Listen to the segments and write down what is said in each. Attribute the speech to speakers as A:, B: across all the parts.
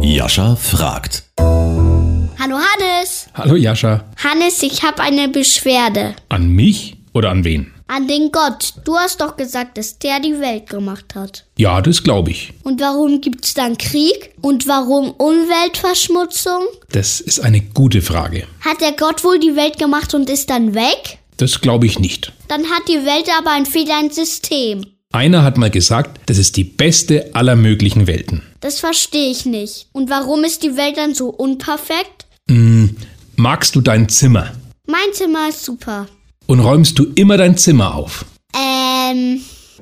A: Jascha fragt.
B: Hallo Hannes.
C: Hallo Jascha.
B: Hannes, ich habe eine Beschwerde
C: An mich oder an wen?
B: an den Gott. Du hast doch gesagt, dass der die Welt gemacht hat.
C: Ja, das glaube ich.
B: Und warum gibt's dann Krieg? Und warum Umweltverschmutzung?
C: Das ist eine gute Frage.
B: Hat der Gott wohl die Welt gemacht und ist dann weg?
C: Das glaube ich nicht.
B: Dann hat die Welt aber ein Fehler im System.
C: Einer hat mal gesagt, das ist die beste aller möglichen Welten.
B: Das verstehe ich nicht. Und warum ist die Welt dann so unperfekt?
C: Magst du dein Zimmer?
B: Mein Zimmer ist super.
C: Und räumst du immer dein Zimmer auf?
B: Ähm,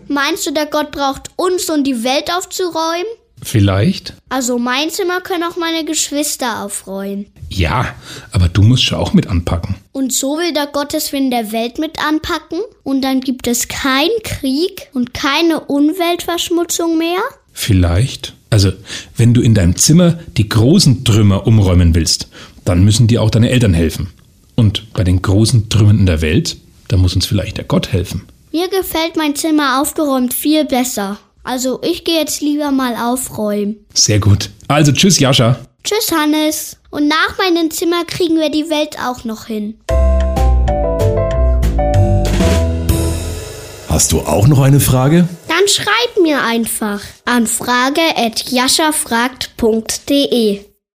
B: meinst du, der Gott braucht uns, um die Welt aufzuräumen?
C: Vielleicht?
B: Also mein Zimmer können auch meine Geschwister aufräumen.
C: Ja, aber du musst schon auch mit anpacken.
B: Und so will der Gotteswillen der Welt mit anpacken und dann gibt es keinen Krieg und keine Umweltverschmutzung mehr?
C: Vielleicht? Also, wenn du in deinem Zimmer die großen Trümmer umräumen willst, dann müssen dir auch deine Eltern helfen. Und bei den großen Trümmern in der Welt, da muss uns vielleicht der Gott helfen.
B: Mir gefällt mein Zimmer aufgeräumt viel besser. Also ich gehe jetzt lieber mal aufräumen.
C: Sehr gut. Also, tschüss, Jascha.
B: Tschüss Hannes. Und nach meinem Zimmer kriegen wir die Welt auch noch hin.
A: Hast du auch noch eine Frage?
B: Dann schreib mir einfach an frage@jaschafragt.de.